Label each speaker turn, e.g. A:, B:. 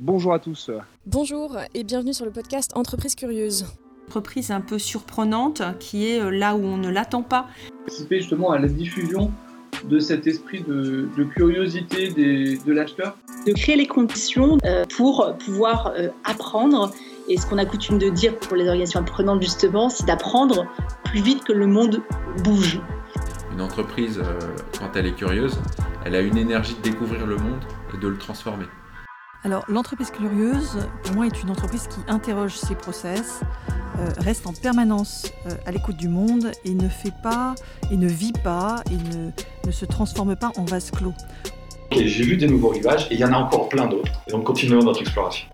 A: Bonjour à tous.
B: Bonjour et bienvenue sur le podcast Entreprise Curieuse.
C: Entreprise un peu surprenante qui est euh, là où on ne l'attend pas.
D: Participer justement à la diffusion de cet esprit de, de curiosité des, de l'acheteur.
E: De créer les conditions euh, pour pouvoir euh, apprendre. Et ce qu'on a coutume de dire pour les organisations apprenantes justement, c'est d'apprendre plus vite que le monde bouge.
F: Une entreprise, euh, quand elle est curieuse, elle a une énergie de découvrir le monde et de le transformer.
G: Alors, l'entreprise curieuse, pour moi, est une entreprise qui interroge ses process, euh, reste en permanence euh, à l'écoute du monde et ne fait pas, et ne vit pas, et ne, ne se transforme pas en vase clos.
H: J'ai vu des nouveaux rivages et il y en a encore plein d'autres. Et donc, continuons notre exploration.